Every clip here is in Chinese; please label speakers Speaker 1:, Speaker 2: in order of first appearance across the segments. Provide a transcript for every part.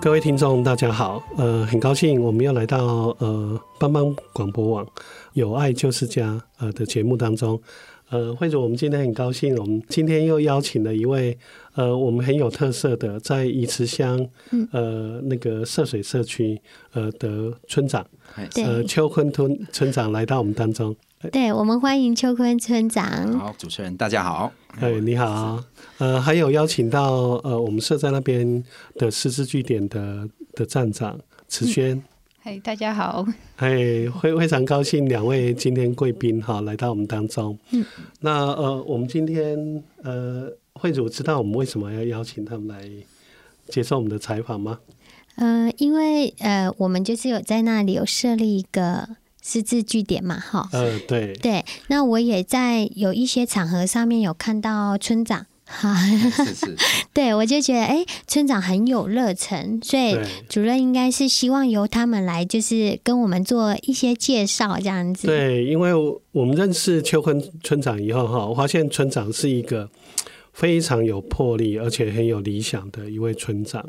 Speaker 1: 各位听众，大家好，呃，很高兴我们又来到呃帮帮广播网“有爱就是家”呃的节目当中，呃，慧主，我们今天很高兴，我们今天又邀请了一位呃我们很有特色的在宜池乡呃那个涉水社区呃的村长，呃
Speaker 2: 对
Speaker 1: 邱坤村村长来到我们当中，
Speaker 2: 对，我们欢迎邱坤村长。
Speaker 3: 好，主持人大 家好。
Speaker 1: 哎，你好，呃，还有邀请到呃我们社在那边的师资据点的的站长慈轩。
Speaker 4: 嗨，大家好。
Speaker 1: 哎，非非常高兴两位今天贵宾哈来到我们当中。
Speaker 2: 嗯，
Speaker 1: 那呃，我们今天呃，慧主知道我们为什么要邀请他们来接受我们的采访吗？
Speaker 2: 呃，因为呃，我们就是有在那里有设立一个识字据点嘛，哈。
Speaker 1: 呃，对，
Speaker 2: 对，那我也在有一些场合上面有看到村长，哈，
Speaker 3: 是是，
Speaker 2: 对我就觉得哎，村长很有热忱，所以
Speaker 1: 对，
Speaker 2: 主任应该是希望由他们来，就是跟我们做一些介绍这样子。，
Speaker 1: 对，因为我们认识邱坤村长以后哈，我发现村长是一个非常有魄力，而且很有理想的一位村长。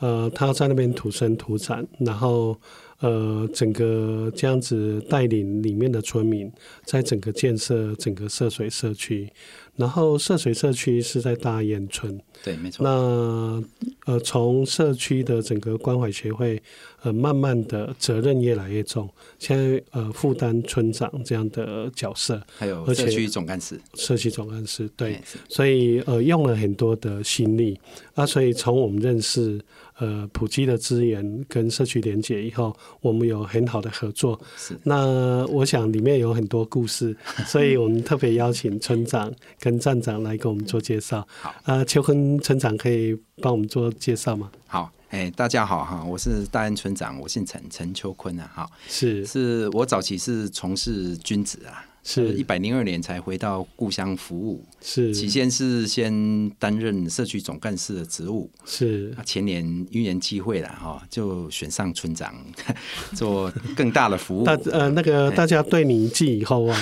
Speaker 1: 呃，他在那边土生土长，然后呃，整个这样子带领里面的村民，在整个建设整个涉水社区，然后涉水社区是在大雁村，
Speaker 3: 对，没错。
Speaker 1: 那呃，从社区的整个关怀协会，呃，慢慢的责任越来越重，现在呃负担村长这样的角色，
Speaker 3: 还有
Speaker 1: 而且
Speaker 3: 社区总干事，
Speaker 1: 社区总干事对
Speaker 3: 哎，是
Speaker 1: 所以呃用了很多的心力啊，所以从我们认识呃普及的资源跟社区连接以后，我们有很好的合作。
Speaker 3: 是
Speaker 1: 那我想里面有很多故 事，所以我们特别邀请村长跟站长来给我们做介绍。
Speaker 3: 好
Speaker 1: 啊，邱坤村长可以帮我们做介绍吗？
Speaker 3: 好。哎、大家好哈，我是大安村长，我姓陈，陈秋坤啊哈。
Speaker 1: 是
Speaker 3: 是我早期是从事军职啊，
Speaker 1: 是
Speaker 3: 一百零二年才回到故乡服务，
Speaker 1: 是
Speaker 3: 起先是先担任社区总干事的职务，
Speaker 1: 是
Speaker 3: 啊，前年因缘机会了哈，就选上村长， 做更大的服 务，哎
Speaker 1: 大呃那个大家对你寄以厚 望，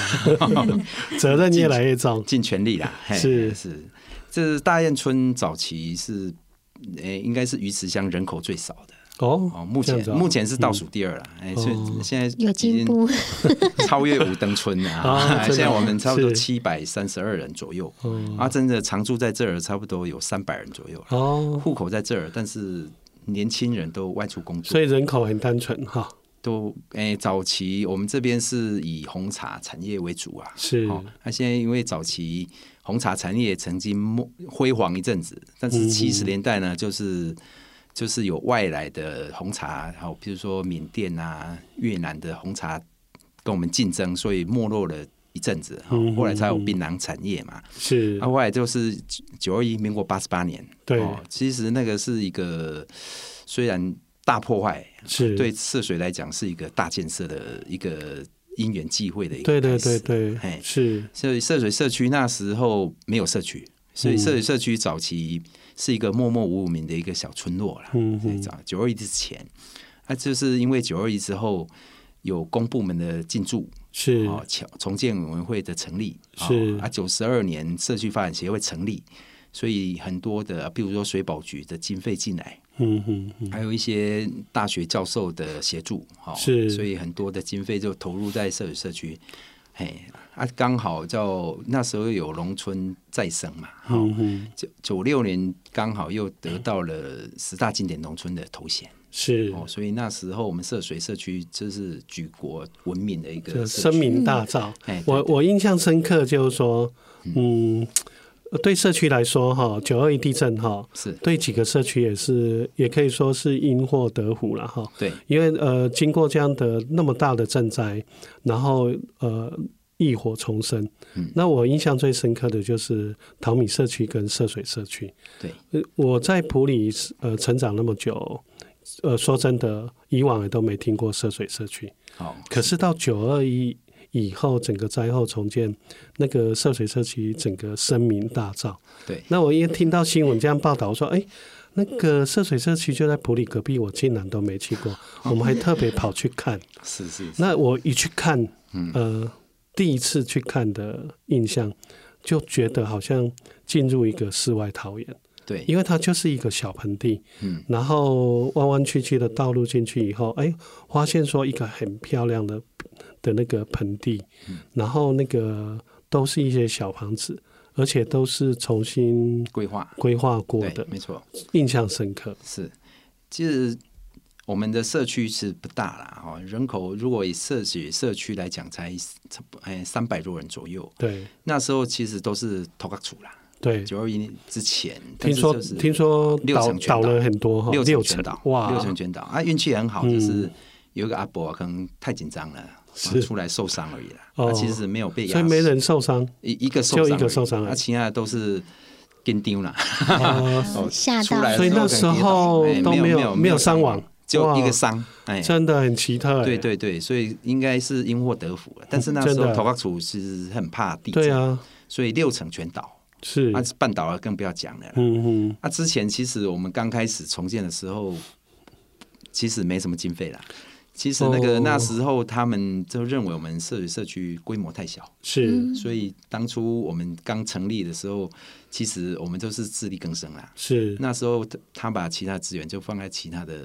Speaker 1: 责任越来越重。
Speaker 3: 尽全力 啦。嘿
Speaker 1: 是
Speaker 3: 是，这大雁村早期是，诶、应该是鱼池乡人口最少的
Speaker 1: 哦
Speaker 3: 哦，目
Speaker 1: 这样
Speaker 3: 前、
Speaker 1: 子哦
Speaker 3: 目前是倒数第二了，哎、所
Speaker 1: 哦
Speaker 3: 以现在
Speaker 2: 有
Speaker 3: 已
Speaker 2: 进
Speaker 3: 经
Speaker 2: 步
Speaker 3: 超越五灯村了、
Speaker 1: 啊
Speaker 3: 啊
Speaker 1: 真的
Speaker 3: 现在我们差不多
Speaker 1: 是
Speaker 3: 七百三十二人左右，
Speaker 1: 哦
Speaker 3: 啊，真的常住在这儿差不多有三百人左右了，
Speaker 1: 哦，
Speaker 3: 户口在这儿，但是年轻人都外出工
Speaker 1: 所
Speaker 3: 作
Speaker 1: 以，人口很单纯哈，
Speaker 3: 都哎、早期我们这边是以红茶产业为主啊，
Speaker 1: 是
Speaker 3: 哦，那、现在因为早期红茶产业曾经没辉煌一阵子，但
Speaker 1: 嗯
Speaker 3: 是七十年代呢，就是就是有外来的红茶，好，比如说缅甸啊、越南的红茶跟我们竞争，所以没落了一阵子。哦
Speaker 1: 嗯哼
Speaker 3: 后来才有槟榔产业嘛。
Speaker 1: 是
Speaker 3: 啊，后来就是九二一，民国八十八年。
Speaker 1: 对
Speaker 3: 哦，其实那个是一个虽然大破坏，
Speaker 1: 是
Speaker 3: 对涉水来讲是一个大建设的一个因缘际会的一个
Speaker 1: 对对
Speaker 3: 开
Speaker 1: 对
Speaker 3: 始啊
Speaker 1: 对
Speaker 3: 嘿
Speaker 1: 是
Speaker 3: 所以涉水社区那时候没有社区，所
Speaker 1: 嗯
Speaker 3: 以涉水社区早期是一个默默无名的一个小村落啦。
Speaker 1: 嗯
Speaker 3: 最早九二一之前，啊，就是因为九二一之后有公部门的进驻，
Speaker 1: 是
Speaker 3: 哦，重重建委员会的成立，哦
Speaker 1: 是
Speaker 3: 啊，九十二年社区发展协会成立，所以很多的，啊比如说水保局的经费进来，
Speaker 1: 嗯嗯嗯，
Speaker 3: 还有一些大学教授的协助，哈、
Speaker 1: 是
Speaker 3: 所以很多的经费就投入在社会社区，嘿，啊，刚好叫那时候有农村再生嘛，哈、
Speaker 1: 嗯嗯
Speaker 3: 九九六年刚好又得到了十大经典农村的头衔，
Speaker 1: 是，
Speaker 3: 哦，所以那时候我们涉水社区就是举国闻名的一
Speaker 1: 这
Speaker 3: 个社
Speaker 1: 声
Speaker 3: 区，
Speaker 1: 名大噪。
Speaker 3: 哎，对
Speaker 1: 我
Speaker 3: 对
Speaker 1: 我印象深刻就是说，嗯，对社区来说哈，九二一地震哈，
Speaker 3: 是
Speaker 1: 对几个社区也是，也可以说是因祸得福了哈。
Speaker 3: 对
Speaker 1: 因为呃，经过这样的那么大的震灾，然后呃，浴火重生。
Speaker 3: 嗯
Speaker 1: 那我印象最深刻的就是淘米社区跟涉水社区。
Speaker 3: 对，
Speaker 1: 呃我在普里呃成长那么久，呃，说真的，以往也都没听过涉水社区。
Speaker 3: 好、
Speaker 1: 可是到九二一以后，整个灾后重建，那个涉水社区整个声名大噪。
Speaker 3: 对
Speaker 1: 那我一听到新闻这样报道，我说：“哎，那个涉水社区就在普里隔壁，我竟然都没去过。”我们还特别跑去看。
Speaker 3: 是是是，
Speaker 1: 那我一去看，呃，第一次去看的印象，就觉得好像进入一个世外桃源，
Speaker 3: 对，
Speaker 1: 因为它就是一个小盆地，
Speaker 3: 嗯，
Speaker 1: 然后弯弯曲曲的道路进去以后，哎，发现说一个很漂亮的的那个盆地，
Speaker 3: 嗯
Speaker 1: 然后那个都是一些小房子，而且都是重新
Speaker 3: 规划，
Speaker 1: 规划过
Speaker 3: 对
Speaker 1: 的，
Speaker 3: 没错，
Speaker 1: 印象深刻。
Speaker 3: 是，其实我们的社区是不大啦，哈、人口如果以社区社区来讲，才差不哎三百多人左右。
Speaker 1: 对
Speaker 3: 那时候其实都是头壳处啦，
Speaker 1: 对，
Speaker 3: 九二一之前，但
Speaker 1: 听
Speaker 3: 是
Speaker 1: 说
Speaker 3: 就是
Speaker 1: 听说
Speaker 3: 六
Speaker 1: 倒
Speaker 3: 成全
Speaker 1: 倒
Speaker 3: 倒
Speaker 1: 了很多哈，
Speaker 3: 六成
Speaker 1: 成
Speaker 3: 全岛，
Speaker 1: 哇，嗯
Speaker 3: 六成全岛啊，运气很好，就是有一个阿伯啊可能太紧张了，啊
Speaker 1: 是
Speaker 3: 出来受伤而已啦，
Speaker 1: 哦
Speaker 3: 他其实没有被压
Speaker 1: 所
Speaker 3: 死，
Speaker 1: 以没人受 伤
Speaker 3: 一一个受
Speaker 1: 就
Speaker 3: 伤
Speaker 1: 一
Speaker 3: 而已，
Speaker 1: 个受伤而已
Speaker 3: 啊，其他的都是跟丢啦。
Speaker 1: 啊，
Speaker 3: 哦
Speaker 2: 吓
Speaker 3: 出
Speaker 2: 到
Speaker 3: 来的
Speaker 1: 所以那
Speaker 3: 时
Speaker 1: 时候
Speaker 3: 可能跌倒哎
Speaker 1: 都没
Speaker 3: 没
Speaker 1: 有没
Speaker 3: 没
Speaker 1: 有伤
Speaker 3: 伤
Speaker 1: 亡
Speaker 3: 就一
Speaker 1: 哇
Speaker 3: 个伤，哎，
Speaker 1: 真的很奇特欸。
Speaker 3: 对对对，所以应该是因祸得福了。但是那
Speaker 1: 真
Speaker 3: 时
Speaker 1: 的
Speaker 3: 候头发处是很怕地震，
Speaker 1: 对，啊，
Speaker 3: 所以六成全倒，
Speaker 1: 是
Speaker 3: 啊，半倒了更不要讲了啦。
Speaker 1: 嗯嗯，
Speaker 3: 啊，之前其实我们刚开始重建的时候，其实没什么经费啦。其实那个、
Speaker 1: 哦
Speaker 3: 那时候他们就认为我们社区社区规模太小，
Speaker 1: 是
Speaker 3: 所以当初我们刚成立的时候，其实我们都是自力更生啦。
Speaker 1: 是
Speaker 3: 那时候他他把其他资源就放在其他的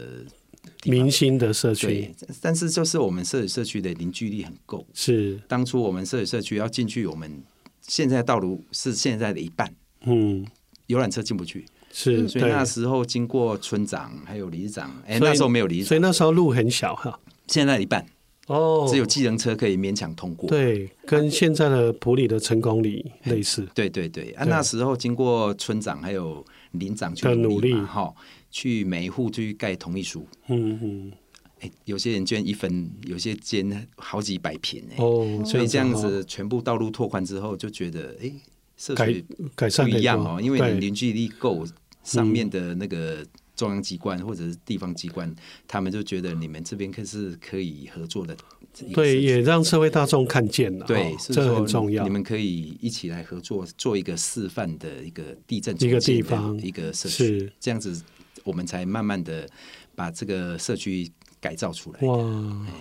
Speaker 3: 地方
Speaker 1: 明星的社区
Speaker 3: 对，但是就是我们社社区的凝聚力很够。
Speaker 1: 是
Speaker 3: 当初我们社社区要进去，我们现在道路是现在的一半，
Speaker 1: 嗯
Speaker 3: 游览车进不去，
Speaker 1: 是，
Speaker 3: 嗯所以那
Speaker 1: 对
Speaker 3: 时候经过村长还有理事长，哎、
Speaker 1: 所以
Speaker 3: 那时候没有理事
Speaker 1: 所以
Speaker 3: 长，
Speaker 1: 那时候路很小哈，
Speaker 3: 现在一半
Speaker 1: 哦，
Speaker 3: 只有计程车可以勉强通过。
Speaker 1: 对，跟现在的普里的成功里类似，
Speaker 3: 对对对啊，
Speaker 1: 对
Speaker 3: 那时候经过村长还有林长去
Speaker 1: 的
Speaker 3: 努力
Speaker 1: 努力
Speaker 3: 嘛，哈，去每一户去盖同意书。
Speaker 1: 嗯嗯，
Speaker 3: 哎，有些人捐一分，有些捐好几百平哎、
Speaker 1: 哦，
Speaker 3: 所以这样
Speaker 1: 哦
Speaker 3: 子全部道路拓宽之后，就觉得哎，社
Speaker 1: 改
Speaker 3: 区
Speaker 1: 改善
Speaker 3: 不
Speaker 1: 很
Speaker 3: 一样
Speaker 1: 多
Speaker 3: 哦，因为
Speaker 1: 对
Speaker 3: 你凝聚力够，上面的那个中央机关或者是地方机关，他们就觉得你们这边可是可以合作的一个社区。
Speaker 1: 对也让社会大众看见了，
Speaker 3: 对
Speaker 1: 哦，
Speaker 3: 是
Speaker 1: 这
Speaker 3: 说
Speaker 1: 很重要
Speaker 3: 你。们可以一起来合作，做一个示范的一个地震
Speaker 1: 一个
Speaker 3: 重建
Speaker 1: 地
Speaker 3: 的
Speaker 1: 方
Speaker 3: 一个社
Speaker 1: 是
Speaker 3: 区，这样子我们才慢慢的把这个社区改造出来。
Speaker 1: 哇，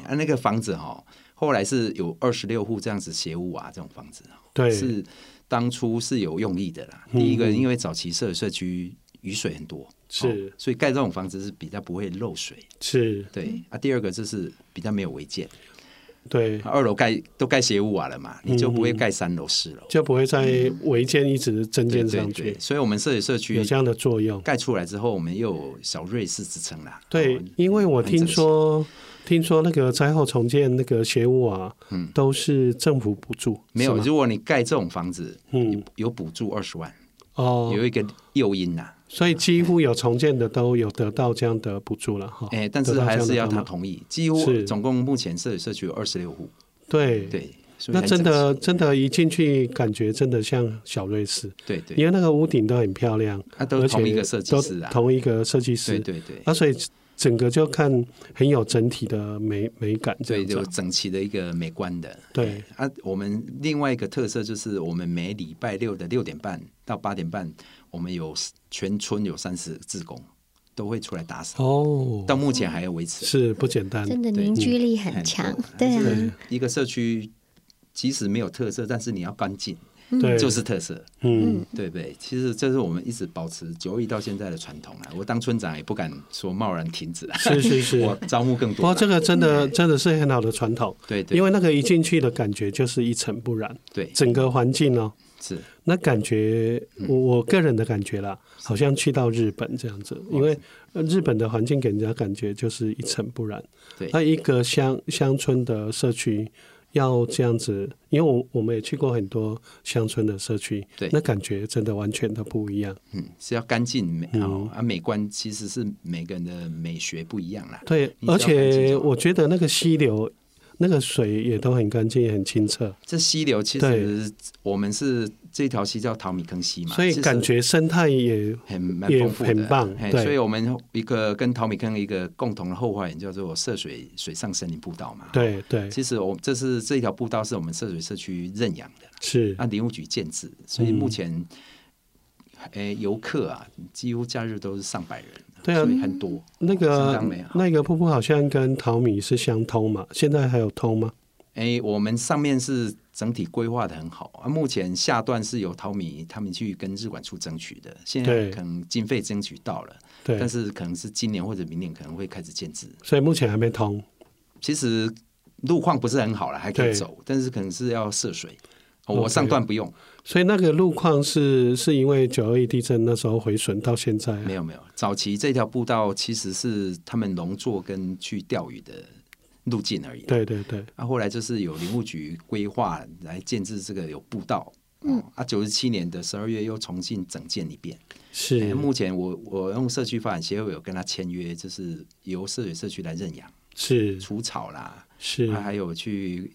Speaker 3: 哎啊，那个房子哈、后来是有二十六户这样子斜屋啊，这种房子、哦、
Speaker 1: 对，
Speaker 3: 是当初是有用意的啦。
Speaker 1: 嗯
Speaker 3: 第一个，因为早期社社区雨水很多，
Speaker 1: 是
Speaker 3: 哦所以盖这种房子是比较不会漏水。
Speaker 1: 是，
Speaker 3: 对啊，第二个就是比较没有违建，啊
Speaker 1: 对，
Speaker 3: 二楼盖都盖斜屋瓦了嘛，
Speaker 1: 嗯
Speaker 3: 你就不会盖三楼、四楼。
Speaker 1: 就不会在违建一直增
Speaker 3: 对
Speaker 1: 嗯建
Speaker 3: 对
Speaker 1: 上
Speaker 3: 嗯对
Speaker 1: 去，，
Speaker 3: 所以我们社社
Speaker 1: 有
Speaker 3: 区
Speaker 1: 这样的作用。
Speaker 3: 盖出来之后，我们又有小瑞士之称啦。
Speaker 1: 对
Speaker 3: 哦，
Speaker 1: 因为我
Speaker 3: 很珍
Speaker 1: 听
Speaker 3: 惜
Speaker 1: 说，听说那个灾后重建那个斜屋啊，都是政府补助，
Speaker 3: 嗯没有，
Speaker 1: 是吗
Speaker 3: 如果你盖这种房子，
Speaker 1: 嗯，
Speaker 3: 有补助二十万，
Speaker 1: 哦，
Speaker 3: 有一个诱因呐、
Speaker 1: 所以几乎有重建的都有得到这样的补助了哈。
Speaker 3: 哎、但
Speaker 1: 哦得到
Speaker 3: 是
Speaker 1: 这
Speaker 3: 还
Speaker 1: 样的
Speaker 3: 是要
Speaker 1: 帮
Speaker 3: 他
Speaker 1: 忙
Speaker 3: 同意。几乎
Speaker 1: 是
Speaker 3: 总共目前社社区有二十六户，
Speaker 1: 对。
Speaker 3: 对，所以
Speaker 1: 那
Speaker 3: 很
Speaker 1: 真的
Speaker 3: 整齐
Speaker 1: 真的，一进去感觉真的像小瑞士，
Speaker 3: 对
Speaker 1: 因
Speaker 3: 对，
Speaker 1: 为那个屋顶都很漂亮，
Speaker 3: 它都
Speaker 1: 而
Speaker 3: 是
Speaker 1: 且
Speaker 3: 同一个设计师啊
Speaker 1: 都，同一个设计师
Speaker 3: 对，对对，
Speaker 1: 啊，所以整个就看很有整体的美美感这
Speaker 3: 所以
Speaker 1: 样
Speaker 3: 有
Speaker 1: 子。啊
Speaker 3: 整齐的一个美观的。
Speaker 1: 对
Speaker 3: 啊，我们另外一个特色就是，我们每礼拜六的六点半到八点半，我们有全村有三十志工都会出来打扫，
Speaker 1: 哦，
Speaker 3: 到目前还要维持。
Speaker 1: 是不简单，
Speaker 2: 真的
Speaker 3: 对
Speaker 2: 凝聚力
Speaker 3: 很
Speaker 2: 很强
Speaker 3: 多，
Speaker 2: 对
Speaker 3: 就
Speaker 2: 啊，
Speaker 3: 是一个社区即使没有特色，但是你要干净，
Speaker 1: 对，
Speaker 3: 就是特色，
Speaker 1: 嗯，
Speaker 3: 对不对？其实这是我们一直保持久矣到现在的传统啊啦。我当村长也不敢说贸然停止啊，
Speaker 1: 是是
Speaker 3: 我
Speaker 1: 是。
Speaker 3: 招募更
Speaker 1: 不
Speaker 3: 多
Speaker 1: 过
Speaker 3: 啦。
Speaker 1: 这个真的真的是很好的传统，
Speaker 3: 对对，
Speaker 1: 因为那个一进去的感觉就是一尘不染，
Speaker 3: 对
Speaker 1: 整个环境哦，
Speaker 3: 是
Speaker 1: 那感觉我我个人的感觉啦，好像去到日本这样
Speaker 3: 哦
Speaker 1: 子，因为呃日本的环境给人家感觉就是一尘不染。
Speaker 3: 对
Speaker 1: 那一个乡乡村的社区要这样子，因为我我们也去过很多乡村的社区，
Speaker 3: 对
Speaker 1: 那感觉真的完全的不一样。
Speaker 3: 嗯是要干净美
Speaker 1: 嗯
Speaker 3: 哦啊，美观其实是每个人的美学不一样啦。
Speaker 1: 对，
Speaker 3: 你只要
Speaker 1: 而
Speaker 3: 干净
Speaker 1: 且
Speaker 3: 就好
Speaker 1: 我觉得那个溪流，那个水也都很干净，也很清澈，
Speaker 3: 这溪流其实我们是这条溪叫淘米坑溪嘛，
Speaker 1: 所以
Speaker 3: 其实
Speaker 1: 感觉生态也
Speaker 3: 很蛮
Speaker 1: 也
Speaker 3: 丰富的，
Speaker 1: 很棒
Speaker 3: 嘿
Speaker 1: 对
Speaker 3: 所以我们一个跟淘米坑一个共同的后花园叫做涉水水上森林步道嘛。，
Speaker 1: 对对
Speaker 3: 其实我这是这条步道是我们涉水社区认养的，
Speaker 1: 是
Speaker 3: 按林务局建制，所以目
Speaker 1: 嗯
Speaker 3: 前。诶，游客啊，几乎假日都是上百人，
Speaker 1: 对啊
Speaker 3: 所以很多。
Speaker 1: 那
Speaker 3: 相
Speaker 1: 个
Speaker 3: 当美好
Speaker 1: 那个瀑布好像跟淘米是相通嘛，现在还有通吗？
Speaker 3: 诶，哎我们上面是整体规划的很好啊，目前下段是由淘米他们去跟日管处争取的，现在
Speaker 1: 对
Speaker 3: 可能经费争取到了，
Speaker 1: 对，
Speaker 3: 但是可能是今年或者明年可能会开始建制。
Speaker 1: 所以目前还没通。
Speaker 3: 其实路况不是很好了，还可
Speaker 1: 对
Speaker 3: 以走，但是可能是要涉水。哦
Speaker 1: OK
Speaker 3: 我上段不用，
Speaker 1: 所以那个路况是是因为九二一地震那时候毁损到现在啊，
Speaker 3: 没有没有。早期这条步道其实是他们农作跟去钓鱼的路径而已。
Speaker 1: 对对对，
Speaker 3: 啊，后来就是有林务局规划来建制这个有步道。嗯，啊，九十七年的十二月又重新整建一遍。哎
Speaker 1: 是
Speaker 3: 目前我我用社区发展协会有跟他签约，就是由涉水社区来认养
Speaker 1: 是
Speaker 3: 除草啦，
Speaker 1: 是
Speaker 3: 啊，还有去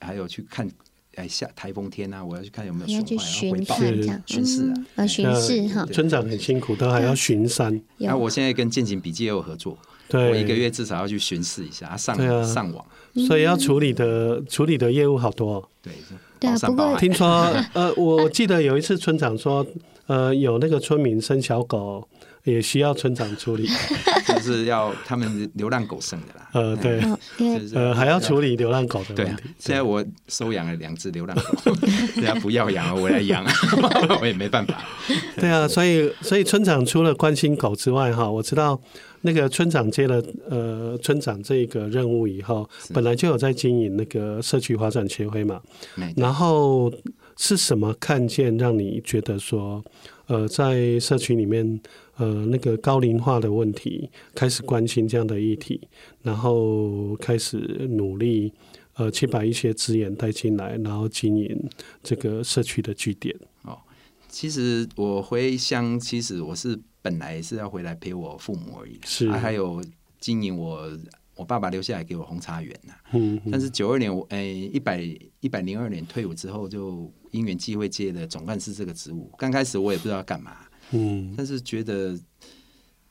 Speaker 3: 还有去看，哎，下台风天啊，我要去看有没有
Speaker 2: 你要去
Speaker 3: 损坏，要回
Speaker 2: 巡
Speaker 3: 报
Speaker 2: 看这样，
Speaker 3: 巡视啊
Speaker 2: 嗯。呃，巡视哈
Speaker 3: 对，
Speaker 1: 村长很辛苦，都还要巡山，
Speaker 3: 然后啊
Speaker 2: 有
Speaker 3: 我现在跟健行笔记也有合作，
Speaker 1: 对，
Speaker 3: 我一个月至少要去巡视一下，啊上
Speaker 1: 对啊
Speaker 3: 上网，
Speaker 1: 所以要处理的处理的业务好多哦。
Speaker 3: 对，
Speaker 2: 对啊
Speaker 3: 包山
Speaker 2: 不过
Speaker 3: 包 海
Speaker 1: 听说呃，我我记得有一次村长说，呃，有那个村民生小狗也需要村长处理，
Speaker 3: 就是要他们流浪狗生的啦，哎
Speaker 1: 呃，对，
Speaker 2: 哦，因为
Speaker 3: 就是
Speaker 1: 呃，还要处理流浪狗的
Speaker 3: 对
Speaker 1: 问
Speaker 3: 啊
Speaker 1: 题。，
Speaker 3: 现在我收养了两只流浪狗， 人家不要养了，啊我来养， 我也没办法。
Speaker 1: 对啊，所以所以村长除了关心狗之外，哈，我知道那个村长接了呃村长这个任务以后，本来就有在经营那个社区发展协会嘛。
Speaker 3: 哎
Speaker 1: 然后是什么看见让你觉得说，呃，在社区里面，呃，那个高龄化的问题开始关心这样的议题，然后开始努力。呃，去把一些资源带进来，然后经营这个社区的据点。
Speaker 3: 其实我回乡，其实我是本来是要回来陪我父母而已，
Speaker 1: 是
Speaker 3: 啊、还有经营我我爸爸留下来给我红茶园呐、
Speaker 1: 嗯，
Speaker 3: 但是九二年我诶一百一百零二年退伍之后，就因缘际会接了总干事这个职务。刚开始我也不知道要干嘛，
Speaker 1: 嗯，
Speaker 3: 但是觉得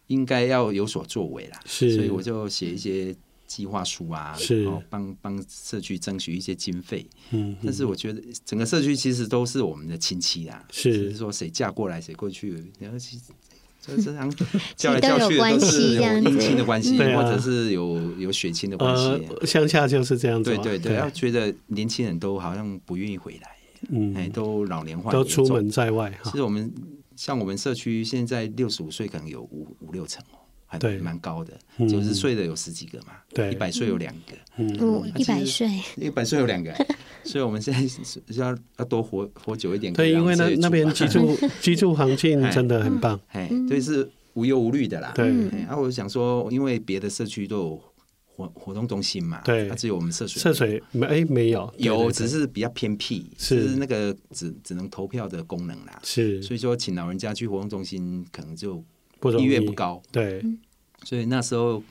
Speaker 3: 应该要有所作为啦，
Speaker 1: 是
Speaker 3: 所以我就写一些计划书啊，
Speaker 1: 是
Speaker 3: 然后帮帮社区争取一些经费。
Speaker 1: 嗯，
Speaker 3: 但是我觉得整个社区其实都是我们的亲戚啊，
Speaker 1: 是
Speaker 3: 只说谁嫁过来谁过去，然后其实。就这样 叫来
Speaker 2: 其实
Speaker 3: 叫
Speaker 2: 都有
Speaker 3: 去的
Speaker 2: 关
Speaker 3: 都
Speaker 2: 系
Speaker 3: 是
Speaker 2: 这
Speaker 3: 有
Speaker 2: 样
Speaker 3: 姻
Speaker 2: 子
Speaker 3: 亲的关系，
Speaker 1: 对啊
Speaker 3: 或者是有有血亲的关
Speaker 1: 呃
Speaker 3: 系。，啊
Speaker 1: 乡下就是这样子啊
Speaker 3: 对
Speaker 1: 嘛。
Speaker 3: 对对，要觉得年轻人都好像不愿意回来，哎，
Speaker 1: 嗯，
Speaker 3: 都老年化
Speaker 1: 都
Speaker 3: 严
Speaker 1: 出
Speaker 3: 重
Speaker 1: 门在外哈
Speaker 3: 其。实我们像我们社区现在六十五岁可能有五五六成哦，还
Speaker 1: 对
Speaker 3: 蛮高的。
Speaker 1: 嗯
Speaker 3: 九十岁的有十几个嘛，
Speaker 1: 对嗯
Speaker 3: 一百岁有两个，
Speaker 2: 哦
Speaker 3: 其
Speaker 2: 一
Speaker 3: 实
Speaker 2: 百岁，
Speaker 3: 一百岁有两个 哎，所以我们现在是要要多活活久一点。
Speaker 1: 对，
Speaker 3: 可以
Speaker 1: 因为
Speaker 3: 让
Speaker 1: 那
Speaker 3: 社区
Speaker 1: 那边
Speaker 3: 吧
Speaker 1: 居，住居住环境真的很棒。
Speaker 3: 哎，对，是无忧无虑的啦。
Speaker 1: 对
Speaker 3: 哎，啊，我想说，因为别的社区都有活活动中心嘛，
Speaker 1: 对
Speaker 3: 啊只有我们社区
Speaker 1: 涉水没哎没有，对
Speaker 3: 有，
Speaker 1: 对
Speaker 3: 只是比较偏僻，
Speaker 1: 是
Speaker 3: 就是那个只只能投票的功能啦。
Speaker 1: 是
Speaker 3: 所以说，请老人家去活动中心，可能就
Speaker 1: 不容易
Speaker 3: 意愿不高，嗯
Speaker 1: 对，
Speaker 3: 所以那时候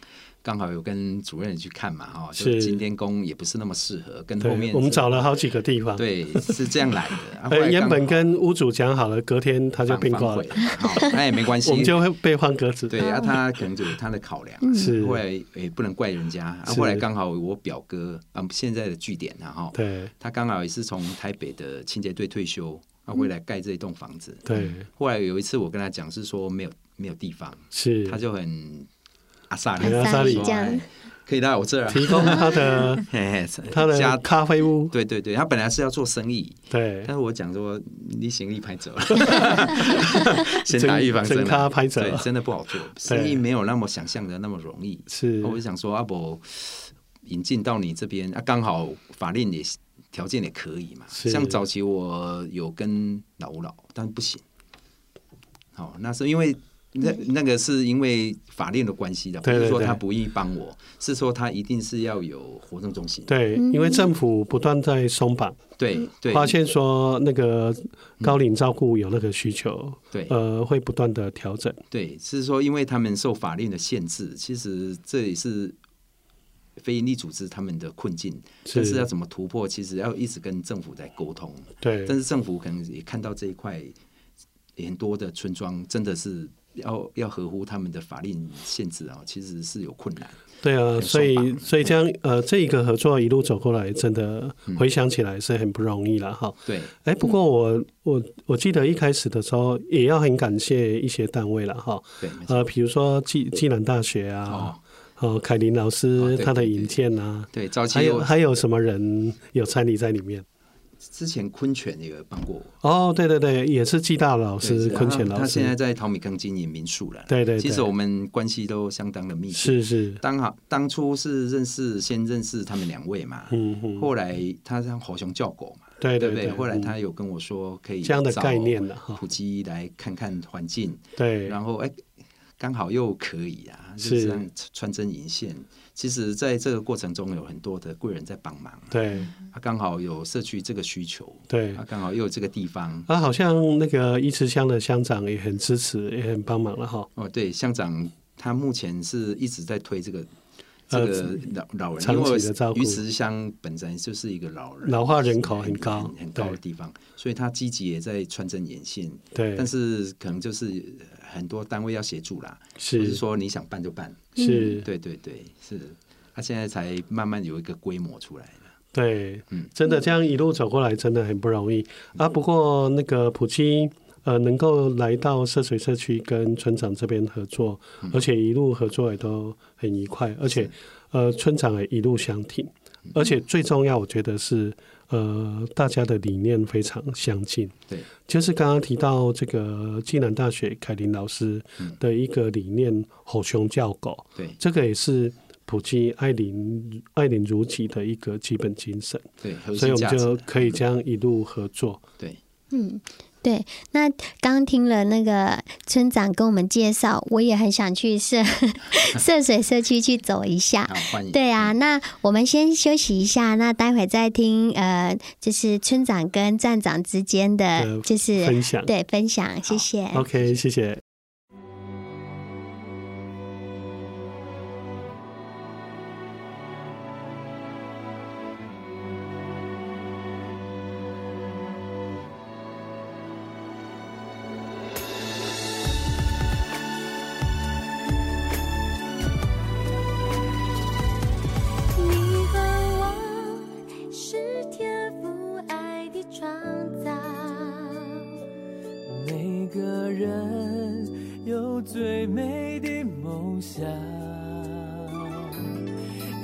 Speaker 3: 刚好有跟主任去看嘛，哈，就是今天宫也不是那么适合，跟后
Speaker 1: 对，
Speaker 3: 面
Speaker 1: 我们
Speaker 3: 是
Speaker 1: 找了好几个地方。，
Speaker 3: 对是这样来 的。啊后
Speaker 1: 呃，
Speaker 3: 来
Speaker 1: 原本
Speaker 3: 刚
Speaker 1: 跟屋主讲好了，隔天他就
Speaker 3: 好
Speaker 1: 变
Speaker 3: 反
Speaker 1: 卦
Speaker 3: 反
Speaker 1: 了
Speaker 3: 悔，了，好那也没关系，
Speaker 1: 我们就会被换格子。
Speaker 3: 对啊，他可能就有他的考量啊，
Speaker 1: 是
Speaker 3: 后来也不能怪人家。啊
Speaker 1: 是
Speaker 3: 后来刚好我表哥啊，现在的据点啊，哈，
Speaker 1: 对
Speaker 3: 他刚好也是从台北的清洁队退休，他
Speaker 1: 嗯
Speaker 3: 回来盖这一栋房子。
Speaker 1: 对
Speaker 3: 后来有一次我跟他讲是说没有没有地方，
Speaker 1: 是，
Speaker 3: 他就很阿萨里，
Speaker 1: 哎阿萨里
Speaker 2: 这样
Speaker 3: 哎可以来我这儿啊，
Speaker 1: 提供他的
Speaker 3: 嘿嘿
Speaker 1: 他的
Speaker 3: 家，
Speaker 1: 咖啡屋，
Speaker 3: 对对对，他本来是要做生意，
Speaker 1: 对
Speaker 3: 但，是我讲说你行李拍走 了，先打
Speaker 1: 真
Speaker 3: 预防针
Speaker 1: 真
Speaker 3: 啊，
Speaker 1: 咖拍折
Speaker 3: 对，真的不好做，生意没有那么想象的那么容易。
Speaker 1: 是
Speaker 3: 我就想说，阿、啊、伯引进到你这边，啊，刚好法令也条件也可以嘛。
Speaker 1: 是
Speaker 3: 像早期我有跟老吴老，但不行。好、那是因为那那个是因为法令的关系的，不
Speaker 1: 对对
Speaker 3: 是说
Speaker 1: 对
Speaker 3: 他不愿意帮我，是说他一定是要有活动中心。
Speaker 1: 对，因为政府不断在松绑，
Speaker 3: 对对，嗯
Speaker 1: 发现说那个高龄照顾有那个需求，
Speaker 3: 对
Speaker 1: 呃，会不断的调整，
Speaker 3: 对，是说因为他们受法令的限制，其实这也是非营利组织他们的困境。
Speaker 1: 是
Speaker 3: 但是要怎么突破，其实要一直跟政府在沟通。
Speaker 1: 对，
Speaker 3: 但是政府可能也看到这一块，很多的村庄真的是要要合乎他们的法令限制啊，其实是有困难。
Speaker 1: 对啊，
Speaker 3: 很
Speaker 1: 所
Speaker 3: 松
Speaker 1: 以
Speaker 3: 绑
Speaker 1: 所以这样呃，这一个合作一路走过来，真的
Speaker 3: 嗯
Speaker 1: 回想起来是很不容易了哈。
Speaker 3: 对，
Speaker 1: 哎、不
Speaker 3: 嗯
Speaker 1: 过我我我记得一开始的时候，也要很感谢一些单位了哈，
Speaker 3: 对，没错。
Speaker 1: 呃，比如说暨暨南大学啊
Speaker 3: 哦，
Speaker 1: 哦，凯林老
Speaker 3: 哦
Speaker 1: 师
Speaker 3: 对
Speaker 1: 他的
Speaker 3: 对对
Speaker 1: 引荐啊，
Speaker 3: 对，早期
Speaker 1: 还有
Speaker 3: 有
Speaker 1: 还有什么人有参与在里面？
Speaker 3: 之前昆泉也有帮过我，
Speaker 1: 哦，对对对，也是暨大老
Speaker 3: 对
Speaker 1: 师
Speaker 3: 是
Speaker 1: 昆泉
Speaker 3: 他
Speaker 1: 老
Speaker 3: 他现在
Speaker 1: 师，
Speaker 3: 在淘米坑经营民宿了。
Speaker 1: 对对对
Speaker 3: 其实我们关系都相当的密切。
Speaker 1: 是是，
Speaker 3: 当好当初是认识，先认识他们两位嘛，
Speaker 1: 嗯嗯，
Speaker 3: 后来他让火熊叫狗嘛，
Speaker 1: 对
Speaker 3: 对不
Speaker 1: 对，
Speaker 3: 后来
Speaker 1: 嗯
Speaker 3: 他有跟我说可以
Speaker 1: 这样的
Speaker 3: 找
Speaker 1: 概念了哈
Speaker 3: 普及来看看环境，
Speaker 1: 对
Speaker 3: 然后哎，刚好又可以啊，就是这样穿针引线。其实，在这个过程中有很多的贵人在帮忙，
Speaker 1: 对
Speaker 3: 他刚好有社区这个需求，
Speaker 1: 对
Speaker 3: 他。刚好又有这个地方。
Speaker 1: 啊，好像那个伊池乡的乡长也很支持，也很帮忙了哈。
Speaker 3: 哦，对，乡长他目前是一直在推这个。这
Speaker 1: 呃
Speaker 3: 个老老人，
Speaker 1: 长
Speaker 3: 因为
Speaker 1: 期的照顾
Speaker 3: 鱼池乡本身就是一个老人
Speaker 1: 老化人口很高
Speaker 3: 很，
Speaker 1: 对
Speaker 3: 高的地方，所以他积极也在穿针引线，
Speaker 1: 对，
Speaker 3: 但是可能就是呃很多单位要协助啦，不
Speaker 1: 是
Speaker 3: 是说你想办就办，
Speaker 1: 是，
Speaker 3: 对对对，是，他现在才慢慢有一个规模出来了，
Speaker 1: 对
Speaker 3: 嗯，
Speaker 1: 真的这样一路走过来真的很不容易啊。不过那个普基呃能够来到涉水社区跟村长这边合作，
Speaker 3: 嗯
Speaker 1: 而且一路合作也都很愉快，而且呃村长也一路相挺，而且最重要我觉得是呃大家的理念非常相近。
Speaker 3: 对
Speaker 1: 就是刚刚提到这个暨南大学凯林老师
Speaker 3: 嗯
Speaker 1: 的一个理念“吼熊叫狗”，
Speaker 3: 对
Speaker 1: 这个也是普及爱邻爱邻如己的一个基本精神，
Speaker 3: 对，核
Speaker 1: 所以
Speaker 3: 心
Speaker 1: 我
Speaker 3: 价
Speaker 1: 们
Speaker 3: 值
Speaker 1: 就可以这样一路合作。
Speaker 3: 对
Speaker 2: 嗯，对。那刚听了那个村长跟我们介绍，我也很想去涉 涉水社区去走一下
Speaker 3: 好。欢迎，
Speaker 2: 对啊，那我们先休息一下，那待会再听呃，就是村长跟站长之间的
Speaker 1: 呃，
Speaker 2: 就是
Speaker 1: 分享
Speaker 2: 对分享，谢谢。
Speaker 1: OK，谢谢。
Speaker 4: 你和我是天赋爱的创造，
Speaker 5: 每个人有最美的梦想，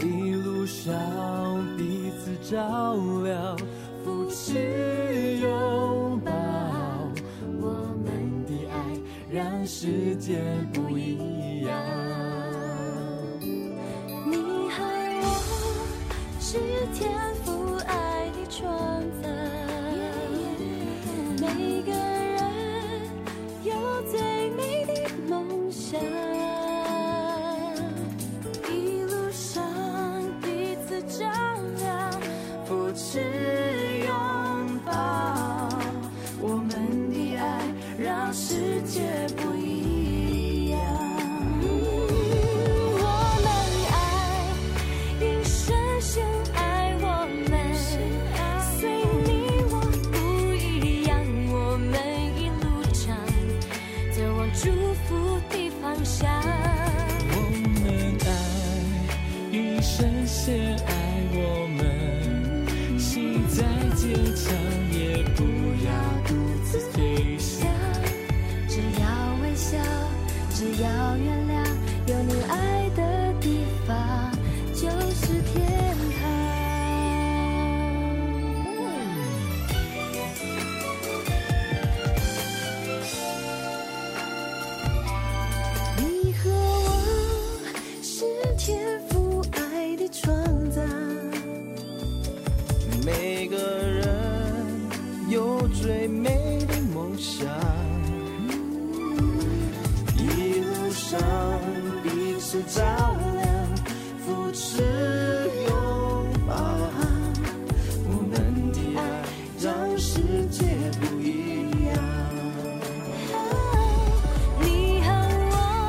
Speaker 5: 一路上彼此照料，扶持拥抱。我们的爱让世界不一样。
Speaker 4: 你和我是天赋爱的创造，每个人有最美的梦想，一路上彼此照亮，
Speaker 5: 扶持拥抱。我们的爱让世界不一样。
Speaker 4: 我们爱，因深深爱我们，随你我不一样，我们一路上走往祝福的方向。
Speaker 5: 我们爱，一生先爱我们，心再坚强也不要独自飞翔。
Speaker 4: 只要微笑，只要原谅，有你爱的嗯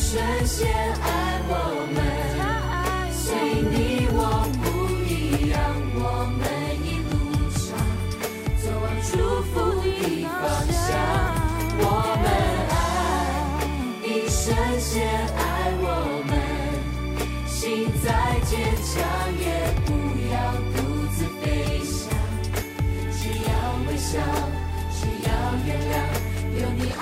Speaker 4: 深陷爱我们，心再坚强也不要独自飞翔，只要微笑，只要原谅，有你爱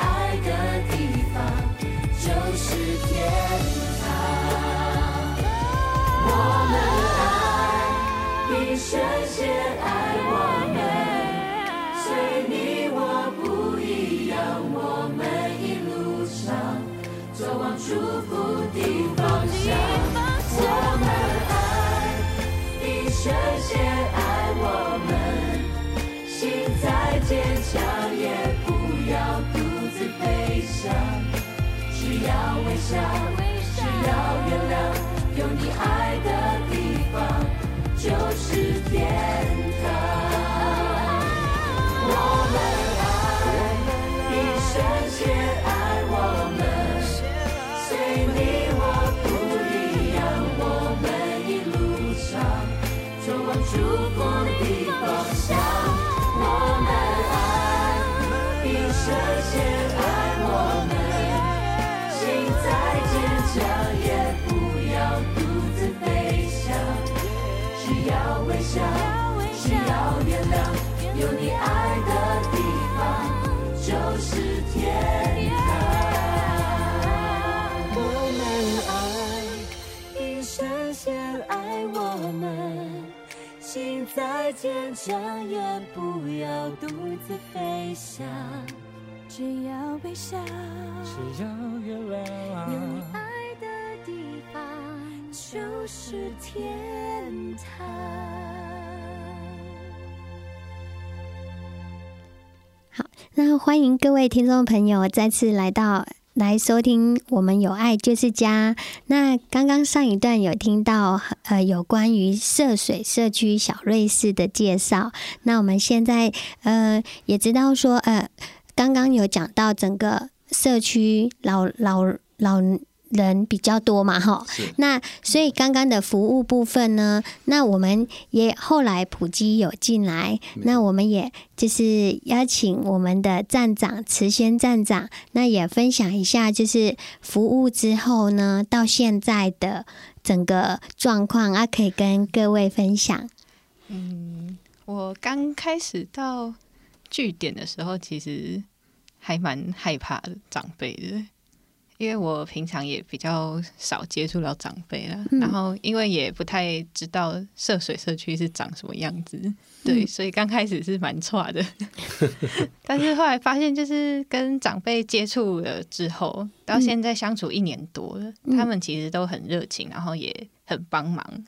Speaker 4: 的地方就是天堂。我们爱，你深陷爱我们，随你我不一样，我们一路上走往祝福的方向。我们爱，你深陷爱我们，心再坚强也不要独自飞翔。只要微笑，只要原谅，有你爱的地方就是天堂。我们爱，一生先爱我们，随你我不一样，我们一路上走往祝福的方向。我们爱，一生先爱我们。心再坚强，也不要独自飞翔。只要微笑，只要原谅，有你爱的地方就是天堂。我们爱，一生先爱我们。心再坚强，也不要独自飞翔。只要微笑，
Speaker 5: 只要原啊
Speaker 4: 有你
Speaker 5: 谅，
Speaker 4: 爱的地方就是天堂。
Speaker 2: 那欢迎各位听众朋友再次来到来收听我们有爱就是家。那刚刚上一段有听到呃有关于涉水社区小瑞士的介绍，那我们现在呃也知道说呃刚刚有讲到整个社区老老老人比较多嘛哈，
Speaker 3: 是
Speaker 2: 那所以刚刚的服务部分呢，那我们也后来普及有进来，
Speaker 3: 没错
Speaker 2: 那我们也就是邀请我们的站长慈轩站长，那也分享一下就是服务之后呢，到现在的整个状况啊，可以跟各位分享。
Speaker 6: 我刚开始到据点的时候，其实还蛮害怕长辈的，因为我平常也比较少接触到长辈啦。
Speaker 2: 嗯
Speaker 6: 然后因为也不太知道涉水社区是长什么样子，对，
Speaker 2: 嗯
Speaker 6: 所以刚开始是蛮差的。 但是后来发现，就是跟长辈接触了之后，到现在相处一年多了，
Speaker 2: 嗯
Speaker 6: 他们其实都很热情，然后也很帮忙，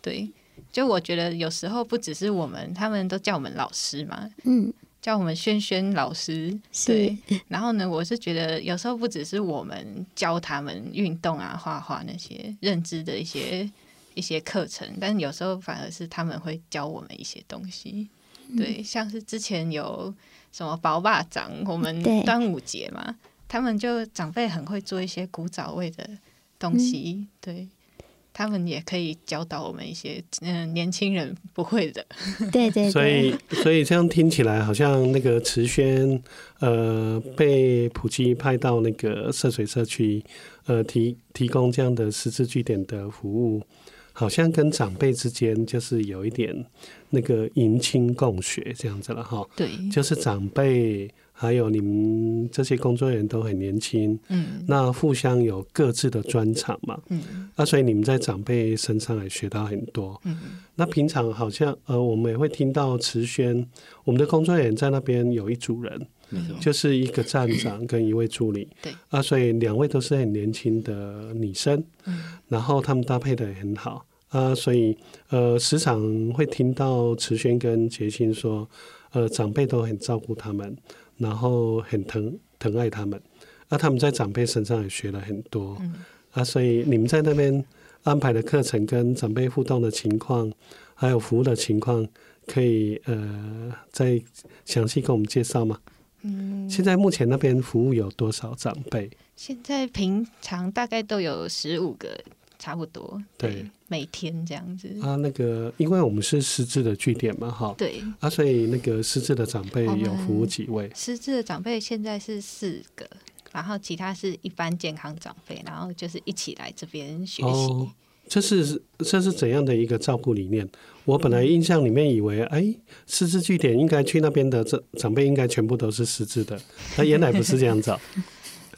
Speaker 6: 对。就我觉得有时候不只是我们，他们都叫我们老师嘛，
Speaker 2: 嗯，
Speaker 6: 叫我们轩轩老师。
Speaker 2: 是
Speaker 6: 对，然后呢，我是觉得有时候不只是我们教他们运动啊、画画那些认知的一些一些课程，但有时候反而是他们会教我们一些东西。对，像是之前有什么宝爸掌，我们
Speaker 2: 对
Speaker 6: 端午节嘛，他们就长辈很会做一些古早味的东西，对他们也可以教导我们一些嗯、年轻人不会的。
Speaker 2: 对对对，
Speaker 1: 所以，所以这样听起来好像那个慈轩，呃，被普及派到那个涉水社区，呃，提提供这样的十字据点的服务，好像跟长辈之间就是有一点那个迎亲共学这样子了哈。
Speaker 6: 对，
Speaker 1: 就是长辈还有你们这些工作人员都很年轻，
Speaker 6: 嗯
Speaker 1: 那互相有各自的专长嘛，
Speaker 6: 嗯
Speaker 1: 那所以你们在长辈身上也学到很多。
Speaker 6: 嗯，，
Speaker 1: 那平常好像呃，我们也会听到慈轩，我们的工作人员在那边有一组人，
Speaker 3: 没错，
Speaker 1: 就是一个站长跟一位助理
Speaker 6: 对
Speaker 1: 啊，所以两位都是很年轻的女生，
Speaker 3: 嗯
Speaker 1: 然后他们搭配的也很好啊，所以呃，时常会听到慈轩跟杰心说，呃，长辈都很照顾他们，然后很疼疼爱他们，啊，他们在长辈身上也学了很多，
Speaker 3: 嗯
Speaker 1: 啊，所以你们在那边安排的课程跟长辈互动的情况，还有服务的情况。可以呃，再详细跟我们介绍吗？
Speaker 6: 嗯
Speaker 1: 现在目前那边服务有多少长辈？
Speaker 6: 现在平常大概都有十五个，差不多，
Speaker 1: 对，
Speaker 6: 每天这样子，
Speaker 1: 啊，那个，因为我们是失智的据点嘛，哈，
Speaker 6: 对。
Speaker 1: 啊，所以那个失智的长辈
Speaker 6: 我们
Speaker 1: 有服务几位？
Speaker 6: 失智的长辈现在是四个，然后其他是一般健康长辈，然后就是一起来这边学习。
Speaker 1: 哦，这是这是怎样的一个照顾理念？我本
Speaker 6: 嗯
Speaker 1: 来印象里面以为，哎，师资据点应该去那边的长长辈应该全部都是师资的，那原来不是这样子 哦、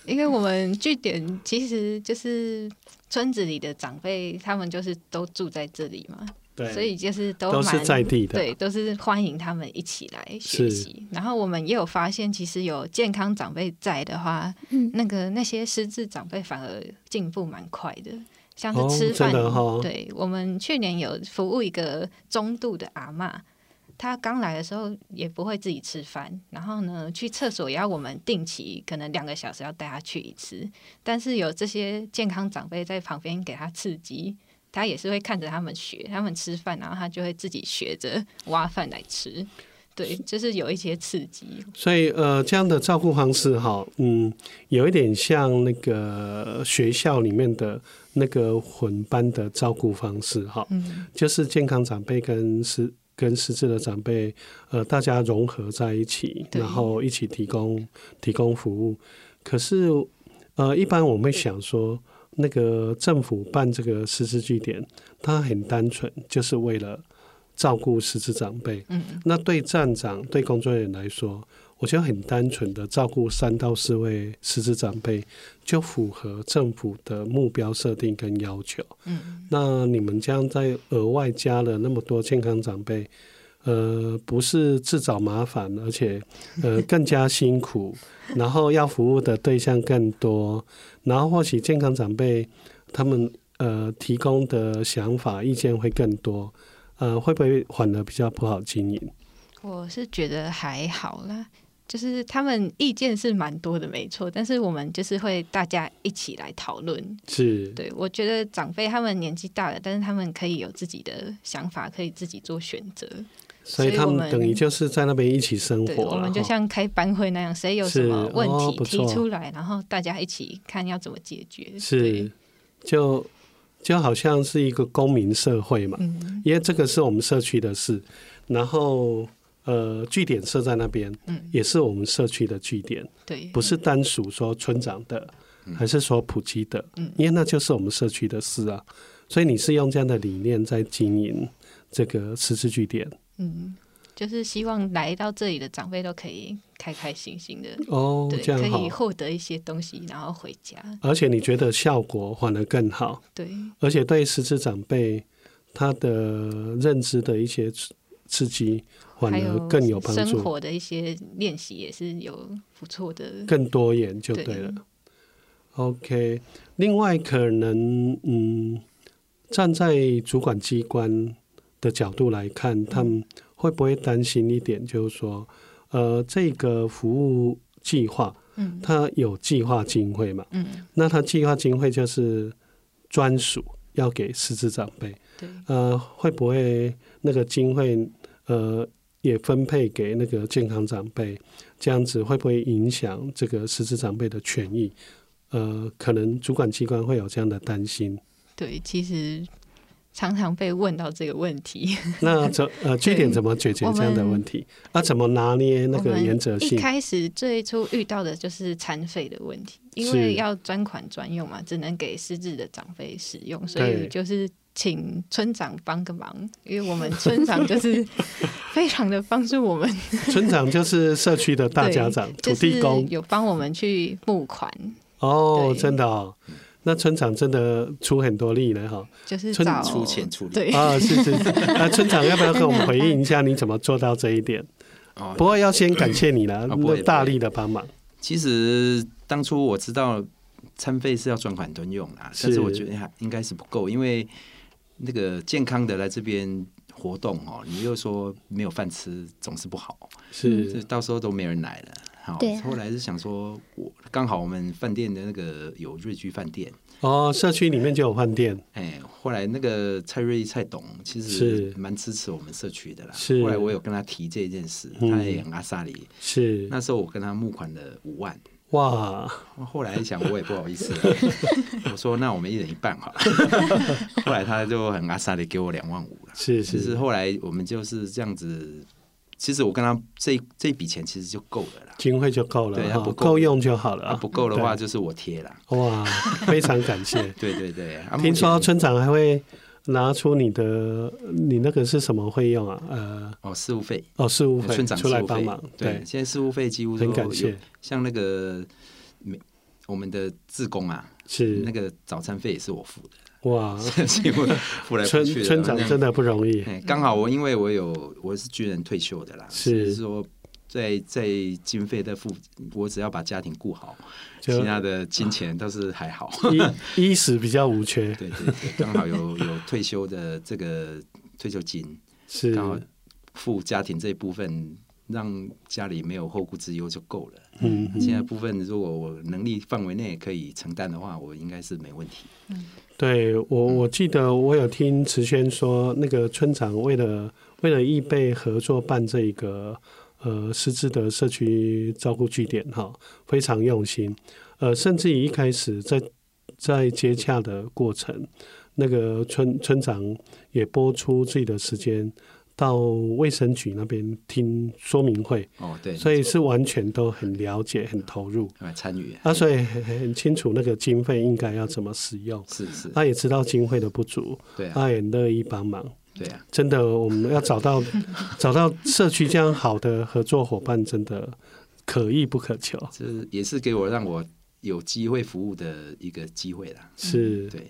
Speaker 6: 因为我们据点其实就是村子里的长辈，他们就是都住在这里嘛，
Speaker 1: 对，
Speaker 6: 所以就是都
Speaker 1: 都是
Speaker 6: 蛮
Speaker 1: 在地的，
Speaker 6: 对，都是欢迎他们一起来学习。然后我们也有发现，其实有健康长辈在的话，
Speaker 2: 嗯
Speaker 6: 那个那些失智长辈反而进步蛮快的。像
Speaker 1: 哦
Speaker 6: 是吃饭，
Speaker 1: 真的哦
Speaker 6: 对我们去年有服务一个中度的阿嬷，她刚来的时候也不会自己吃饭，然后呢去厕所也要我们定期可能两个小时要带她去一次。但是有这些健康长辈在旁边给她刺激，他也是会看着他们学，他们吃饭，然后他就会自己学着挖饭来吃。对，就是有一些刺激。
Speaker 1: 所以呃，这样的照顾方式哈，嗯，有一点像那个学校里面的那个混班的照顾方式哈，
Speaker 6: 嗯，
Speaker 1: 就是健康长辈跟失跟失智的长辈，呃，大家融合在一起，
Speaker 6: 对
Speaker 1: 然后一起提供提供服务。可是呃，一般我们会想说，那个政府办这个失智据点，它很单纯，就是为了照顾失智长辈。
Speaker 6: 嗯，
Speaker 1: 那对站长、对工作人员来说，我觉得很单纯的照顾三到四位失智长辈，就符合政府的目标设定跟要求。
Speaker 6: 嗯，
Speaker 1: 那你们这样再额外加了那么多健康长辈，呃，不是自找麻烦，而且呃更加辛苦，然后要服务的对象更多，然后或许健康长辈他们呃提供的想法意见会更多，呃，会不会反而比较不好经营？
Speaker 6: 我是觉得还好啦，就是他们意见是蛮多的，没错，但是我们就是会大家一起来讨论。
Speaker 1: 是，
Speaker 6: 对，我觉得长辈他们年纪大了，但是他们可以有自己的想法，可以自己做选择。
Speaker 1: 所以他们等于就是在那边一起生
Speaker 6: 对，
Speaker 1: 活了哈，
Speaker 6: 我们就像开班会那样，谁有什
Speaker 1: 是
Speaker 6: 么问
Speaker 1: 哦
Speaker 6: 题
Speaker 1: 不
Speaker 6: 提
Speaker 1: 错
Speaker 6: 出来，然后大家一起看要怎么解决。
Speaker 1: 是
Speaker 6: 对，
Speaker 1: 就就好像是一个公民社会嘛，
Speaker 6: 嗯
Speaker 1: 因为这个是我们社区的事，然后呃，据点设在那边，
Speaker 6: 嗯，
Speaker 1: 也是我们社区的据点，
Speaker 6: 对，
Speaker 1: 不是单属说村长的，还是说普及的，
Speaker 6: 嗯
Speaker 1: 因为那就是我们社区的事啊，所以你是用这样的理念在经营这个十字据点
Speaker 6: 嗯，就是希望来到这里的长辈都可以开开心心的，
Speaker 1: 哦，
Speaker 6: 对，
Speaker 1: 这
Speaker 6: 可
Speaker 1: 样
Speaker 6: 以
Speaker 1: 好，
Speaker 6: 获得一些东西，然后回家。
Speaker 1: 而且你觉得效果反而更好，
Speaker 6: 对，
Speaker 1: 而且对失智长辈他的认知的一些刺刺激，反
Speaker 6: 还
Speaker 1: 而更有帮
Speaker 6: 生
Speaker 1: 助，
Speaker 6: 活的一些练习也是有不错的。
Speaker 1: 更多元就对了。OK，另外可能嗯，站在主管机关的角度来看，他们会不会担心一点，就是说，呃，这个服务计划
Speaker 6: 嗯
Speaker 1: 它有计划经费嘛？
Speaker 6: 嗯，
Speaker 1: 那它计划经费就是专属要给失智长辈。
Speaker 6: 对，
Speaker 1: 呃，会不会那个经费呃也分配给那个健康长辈？这样子会不会影响这个失智长辈的权益？呃，可能主管机关会有这样的担心。
Speaker 6: 对，其实常常被问到这个问题。
Speaker 1: 那怎呃据点怎么解决
Speaker 6: 我们
Speaker 1: 这样的问题？啊，怎么拿捏那
Speaker 6: 我
Speaker 1: 个
Speaker 6: 们
Speaker 1: 原则
Speaker 6: 一
Speaker 1: 性？
Speaker 6: 开始最初遇到的就是餐费的问题，因
Speaker 1: 是
Speaker 6: 为要专款专用嘛，只能给失智的长辈使用，所
Speaker 1: 对
Speaker 6: 以就是请村长帮个忙，因为我们村长就是 非常的帮助我们，
Speaker 1: 村长就是社区的大家长，
Speaker 6: 就
Speaker 1: 土
Speaker 6: 是
Speaker 1: 地公、
Speaker 6: 有帮我们去募款，
Speaker 1: 哦，
Speaker 6: 对
Speaker 1: 真的哦。那村长真的出很多力呢，哈
Speaker 6: 就是
Speaker 1: 村
Speaker 6: 找
Speaker 3: 出钱出力
Speaker 6: 对，
Speaker 1: 啊，是是是。啊，村长要不要跟我们回应一下，你怎么做到这一点？
Speaker 3: 哦
Speaker 1: 不过要先感谢你了，
Speaker 3: 啊不会
Speaker 1: 那大力的帮忙，
Speaker 3: 其实当初我知道餐费是要专款专用啦，但
Speaker 1: 是
Speaker 3: 是我觉得还应该是不够，因为那个健康的来这边活动哦，你又说没有饭吃，总是不好，就是到时候都没人来了。好
Speaker 2: 对啊，
Speaker 3: 后来是想说，我刚好我们饭店的那个有瑞居饭店，
Speaker 1: 哦，社区里面就有饭店，
Speaker 3: 哎，后来那个蔡瑞义蔡董其实
Speaker 1: 是
Speaker 3: 蛮支持我们社区的啦。
Speaker 1: 是
Speaker 3: 后来我有跟他提这件事，
Speaker 1: 嗯
Speaker 3: 他也很阿萨里。
Speaker 1: 是
Speaker 3: 那时候我跟他募款了五万，
Speaker 1: 哇，
Speaker 3: 后来一想我也不好 意思了，我说那我们一人一半好了。后来他就很阿萨里给我两万五了。
Speaker 1: 是
Speaker 3: 其实
Speaker 1: 是
Speaker 3: 后来我们就是这样子其实我跟他这这笔钱其实就够了啦。
Speaker 1: 经费就够了
Speaker 3: 对
Speaker 1: 哈，
Speaker 3: 它不够
Speaker 1: 够用就好了
Speaker 3: 啊，
Speaker 1: 啊。
Speaker 3: 不够的话
Speaker 1: 对，
Speaker 3: 就是我贴啦。
Speaker 1: 哇，非常感 谢。
Speaker 3: 对对对，啊
Speaker 1: 听说
Speaker 3: 目前
Speaker 1: 村长还会拿出你的，你那个是什么费用啊？呃，
Speaker 3: 哦，事务费，
Speaker 1: 哦，事务费
Speaker 3: 村长
Speaker 1: 出
Speaker 3: 事
Speaker 1: 来
Speaker 3: 务
Speaker 1: 帮
Speaker 3: 费
Speaker 1: 忙，，
Speaker 3: 对，现在事务费几乎都
Speaker 1: 很感谢
Speaker 3: 有，像那个每我们的志工啊，
Speaker 1: 是
Speaker 3: 那个早餐费也是我付的。
Speaker 1: 哇，
Speaker 3: 几乎付来付
Speaker 1: 村
Speaker 3: 去的。
Speaker 1: 村长
Speaker 3: 反正
Speaker 1: 真的不容易，
Speaker 3: 哎刚好我因为我有我是军人退休的啦，
Speaker 1: 是
Speaker 3: 所以说在在经费的付，我只要把家庭顾好，
Speaker 1: 就
Speaker 3: 其他的金钱都是 还好。
Speaker 1: 衣衣食比较无缺，
Speaker 3: 对对对，刚好有有退休的这个退休金，
Speaker 1: 是嗯
Speaker 3: 刚好付家庭这一部分，让家里没有后顾之忧就够了。
Speaker 1: 嗯，
Speaker 3: 现在部分如果我能力范围内可以承担的话，我应该是没问题。
Speaker 1: 对我
Speaker 3: 嗯
Speaker 1: 我记得我有听慈轩说，那个村长为了为了易贝合作办这一个呃失智的社区照顾据点哈，非常用心，呃，甚至于一开始在在接洽的过程，那个村村长也拨出自己的时间到卫生局那边听说明会，
Speaker 3: 哦，对，
Speaker 1: 所以是完全都很了解、很投入。
Speaker 3: 来参与
Speaker 1: 啊，所以很很清楚那个经费应该要怎么使用，
Speaker 3: 是是，
Speaker 1: 他也知道经费的不足，
Speaker 3: 对啊，
Speaker 1: 他也乐意帮忙。
Speaker 3: 对啊，
Speaker 1: 真的，我们要找到找到社区这样好的合作伙伴，真的可遇不可求。
Speaker 3: 这也是给我让我有机会服务的一个机会啦。
Speaker 1: 是，
Speaker 3: 对，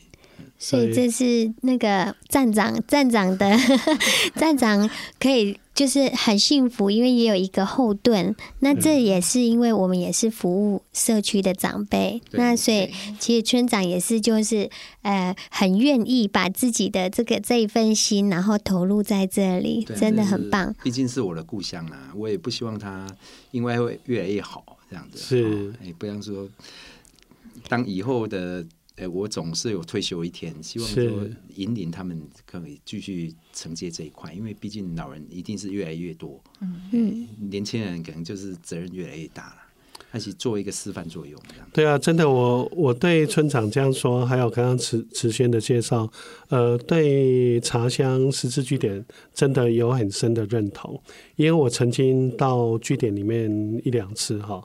Speaker 2: 所以
Speaker 1: 对
Speaker 2: 这是那个站长，站长 的 站长可以就是很幸福，因为也有一个后盾。那这
Speaker 3: 嗯
Speaker 2: 也是因为我们也是服务社区的长辈，
Speaker 3: 对
Speaker 2: 那所以其实村长也是就是呃很愿意把自己的这个这一份心，然后投入在这里
Speaker 3: 对，
Speaker 2: 真的
Speaker 3: 这是
Speaker 2: 很棒。
Speaker 3: 毕竟是我的故乡啦，我也不希望它因为会越来越好这样子。
Speaker 1: 是
Speaker 3: 哦哎，不要说当以后的。哎，我总是有退休一天，希望
Speaker 1: 是
Speaker 3: 说引领他们可以继续承接这一块，因为毕竟老人一定是越来越多，
Speaker 2: 嗯，
Speaker 3: 年轻人可能就是责任越来越大了，而且做一个示范作用这样。
Speaker 1: 对啊，真的，我我对村长这样说，还有刚刚慈慈轩的介绍，呃，对茶香十字据点真的有很深的认同，因为我曾经到据点里面一两次哈，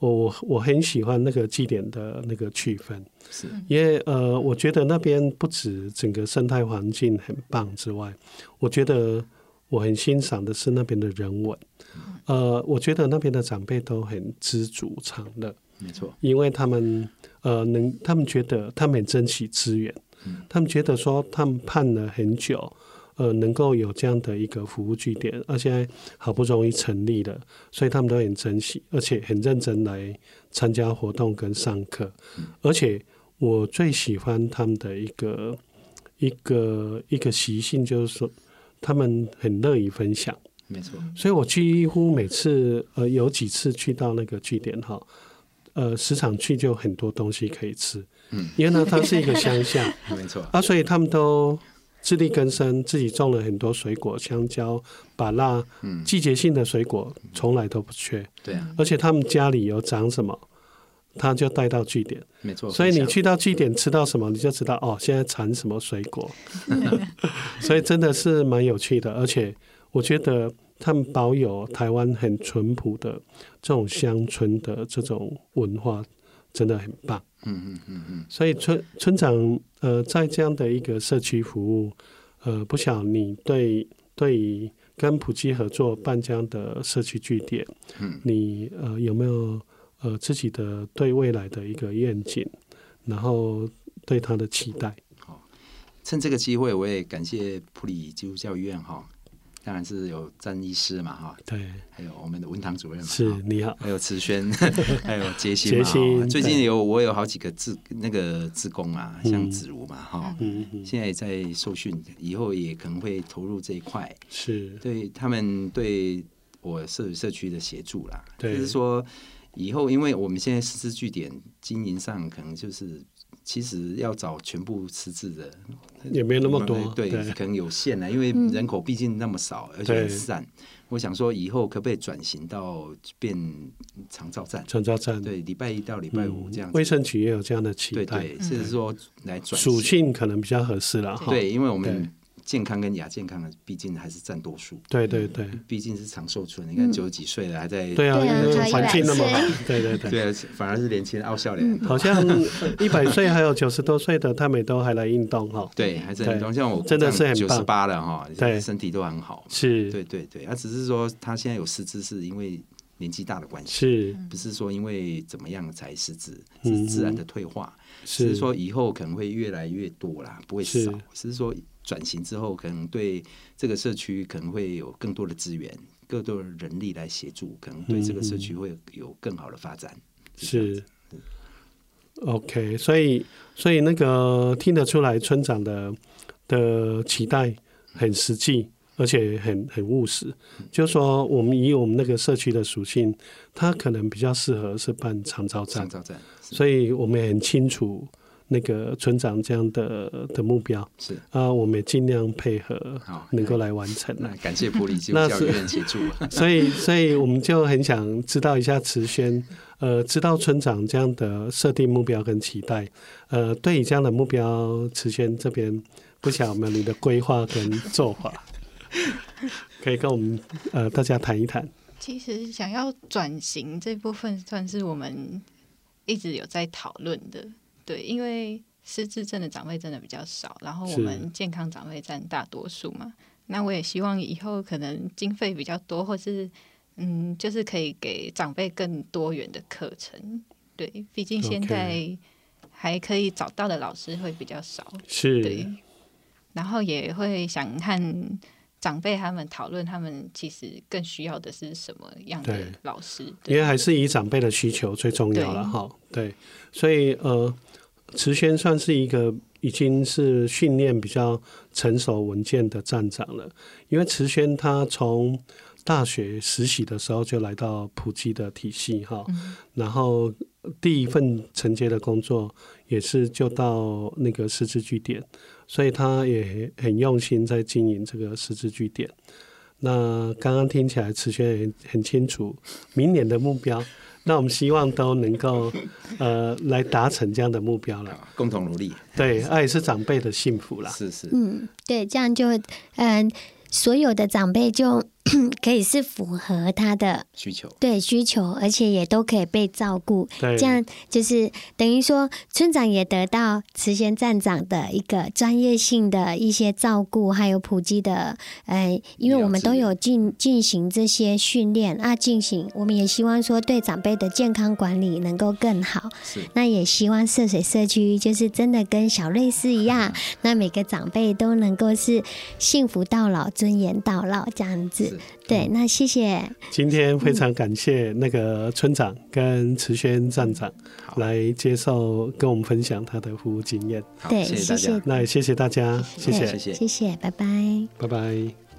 Speaker 1: 我我很喜欢那个据点的那个气氛，
Speaker 3: 是
Speaker 1: 因为呃，我觉得那边不止整个生态环境很棒之外，我觉得我很欣赏的是那边的人文。呃，我觉得那边的长辈都很知足常乐，
Speaker 3: 没错，
Speaker 1: 因为他们呃能，他们觉得他们很珍惜资源，他们觉得说他们盼了很久，呃，能够有这样的一个服务据点，而现在好不容易成立了，所以他们都很珍惜，而且很认真来参加活动跟上课，而且我最喜欢他们的一个一个一个习性，就是说他们很乐于分享。
Speaker 3: 没错，
Speaker 1: 所以我几乎每次呃有几次去到那个据点哈，呃时常去就很多东西可以吃，嗯，因为呢它是一个乡下
Speaker 3: 没错。
Speaker 1: 啊，所以他们都自力更生，自己种了很多水果，香蕉、芭辣，
Speaker 3: 嗯
Speaker 1: 季节性的水果从来都不缺，
Speaker 3: 对啊，
Speaker 1: 而且他们家里有长什么。他就带到据点，
Speaker 3: 没错。
Speaker 1: 所以你
Speaker 3: 分享
Speaker 1: 去到据点吃到什么，你就知道哦，现在产什么水果，所以真的是蛮有趣的，而且我觉得他们保有台湾很淳朴的这种乡村的这种文化，真的很棒。
Speaker 3: 嗯嗯嗯嗯，
Speaker 1: 所以村村长，呃，在这样的一个社区服务，呃，不晓你对对于跟普及合作办这样的社区据点，
Speaker 3: 嗯
Speaker 1: 你呃有没有呃自己的对未来的一个愿景，然后对他的期待？
Speaker 3: 趁这个机会，我也感谢普里基督教医院哈，当然是有詹医师嘛哈，
Speaker 1: 对，
Speaker 3: 还有我们的文堂主任嘛，
Speaker 1: 是
Speaker 3: 哈
Speaker 1: 你好，
Speaker 3: 还有 慈轩，还有杰西
Speaker 1: 杰
Speaker 3: 嘛，
Speaker 1: 西
Speaker 3: 哈最近
Speaker 1: 对
Speaker 3: 有我有好几个志那个志工啊，像子如嘛哈，
Speaker 1: 嗯嗯，
Speaker 3: 现在也在受训，以后也可能会投入这一块，
Speaker 1: 是
Speaker 3: 对他们对我社社区的协助啦，
Speaker 1: 对
Speaker 3: 就是说以后，因为我们现在师资据点经营上，可能就是其实要找全部师资的
Speaker 1: 也没有那么多，
Speaker 3: 对，可能有限啊了，因为
Speaker 2: 嗯
Speaker 3: 人口毕竟那么少，而且
Speaker 1: 对
Speaker 3: 很散。我想说，以后可不可以转型到变长照站？
Speaker 1: 传召站，
Speaker 3: 对，礼拜一到礼拜五这样
Speaker 1: 嗯
Speaker 3: 子。
Speaker 1: 卫生局也有这样的期
Speaker 3: 对
Speaker 2: 嗯
Speaker 1: 待，
Speaker 3: 对，是说来转
Speaker 1: 属
Speaker 3: 型。
Speaker 1: 性可能比较合适了哈。
Speaker 3: 对，因为我们健康跟亚健康的，毕竟还是占多数。
Speaker 1: 对对对，
Speaker 3: 毕竟是长寿村，你看九十几岁了还在
Speaker 1: 对啊，
Speaker 2: 嗯对啊
Speaker 1: 因为
Speaker 2: 才
Speaker 1: 环境
Speaker 2: 100
Speaker 1: 那么好
Speaker 2: 岁，
Speaker 1: 对对对。
Speaker 3: 对啊，反而是年轻人傲笑
Speaker 2: 嗯
Speaker 3: 脸。
Speaker 1: 好像一百岁还有九十多岁的，他们都还来运动哈。
Speaker 3: 对，还是
Speaker 1: 对
Speaker 3: 很多像我
Speaker 1: 真的是很
Speaker 3: 九十
Speaker 1: 棒
Speaker 3: 八了哈，
Speaker 1: 对
Speaker 3: 身体都很好。
Speaker 1: 是，
Speaker 3: 对对对，他只是说他现在有失智，是因为年纪大的关系，
Speaker 1: 是
Speaker 3: 不是说因为怎么样才失智，
Speaker 1: 嗯
Speaker 3: 是自然的退化。只是说以后可能会越来越多啦，不会
Speaker 1: 是
Speaker 3: 少。只是说转型之后，可能对这个社区可能会有更多的资源、更多的人力来协助，可能对这个社
Speaker 1: 嗯
Speaker 3: 区会有更好的发展。
Speaker 1: 是。OK，所以所以那个听得出来村长的的期待很实际，而且很很务实。就是说，我们以我们那个社区的属性，它可能比较适合是啊办长照站
Speaker 3: 上，照站
Speaker 1: 所以我们也很清楚那个村长这样的的目标
Speaker 3: 是
Speaker 1: 啊，我们也尽量配合
Speaker 3: 好，
Speaker 1: 能够来完成啊
Speaker 3: 那感谢普里基督
Speaker 1: 那
Speaker 3: 教
Speaker 1: 是
Speaker 3: 育 院协助。
Speaker 1: 所以，所以我们就很想知道一下慈轩，呃，知道村长这样的设定目标跟期待，呃，对于这样的目标，慈轩这边不晓得有没有你的规划跟做法， 可以跟我们呃大家谈一谈。
Speaker 6: 其实想要转型这部分，算是我们一直有在讨论的。对，因为失智症的长辈真的比较少，然后我
Speaker 1: 是
Speaker 6: 们健康长辈占大多数嘛。那我也希望以后可能经费比较多，或是嗯，就是可以给长辈更多元的课程。对，毕竟现
Speaker 1: OK
Speaker 6: 在还可以找到的老师会比较少。
Speaker 1: 是
Speaker 6: 对，然后也会想和长辈他们讨论，他们其实更需要的是什么样的
Speaker 1: 对
Speaker 6: 老师。
Speaker 1: 因为还
Speaker 6: 是
Speaker 1: 是以长辈的需求最重要了
Speaker 6: 对
Speaker 1: 哈。对，所以呃，慈轩算是一个已经是训练比较成熟文件的站长了。因为慈轩他从大学实习的时候就来到普及的体系哈，然后第一份承接的工作也是就到那个师资据点，所以他也很用心在经营这个师资据点。那刚刚听起来，慈轩也很清楚明年的目标，那我们希望都能够呃来达成这样的目标了。
Speaker 3: 好共同努力，
Speaker 1: 对，爱、也是长辈的幸福啦。
Speaker 3: 是是，
Speaker 2: 嗯，对，这样就嗯、所有的长辈就 可以是符合他的
Speaker 3: 需求
Speaker 2: 对需求，而且也都可以被照顾。
Speaker 1: 对，
Speaker 2: 这样就是等于说，村长也得到慈贤站长的一个专业性的一些照顾，还有普及的，呃，因为我们都有进进行这些训练啊，进行，我们也希望说对长辈的健康管理能够更好。
Speaker 3: 是
Speaker 2: 那也希望涉水社区就是真的跟小瑞士 一样，那每个长辈都能够是幸福到老、尊严到老这样子
Speaker 1: 嗯
Speaker 3: 是。，
Speaker 2: 对，那谢谢。
Speaker 1: 今天非常感谢那个村长跟慈轩站长
Speaker 3: 好
Speaker 1: 来接受跟我们分享他的服务经验。
Speaker 3: 好，
Speaker 2: 对
Speaker 3: 谢谢大
Speaker 2: 谢谢
Speaker 3: 家，
Speaker 1: 嗯那也谢谢大家，谢
Speaker 3: 谢
Speaker 1: 谢，
Speaker 2: 对
Speaker 3: 谢
Speaker 2: 谢谢，拜拜。
Speaker 1: 拜拜。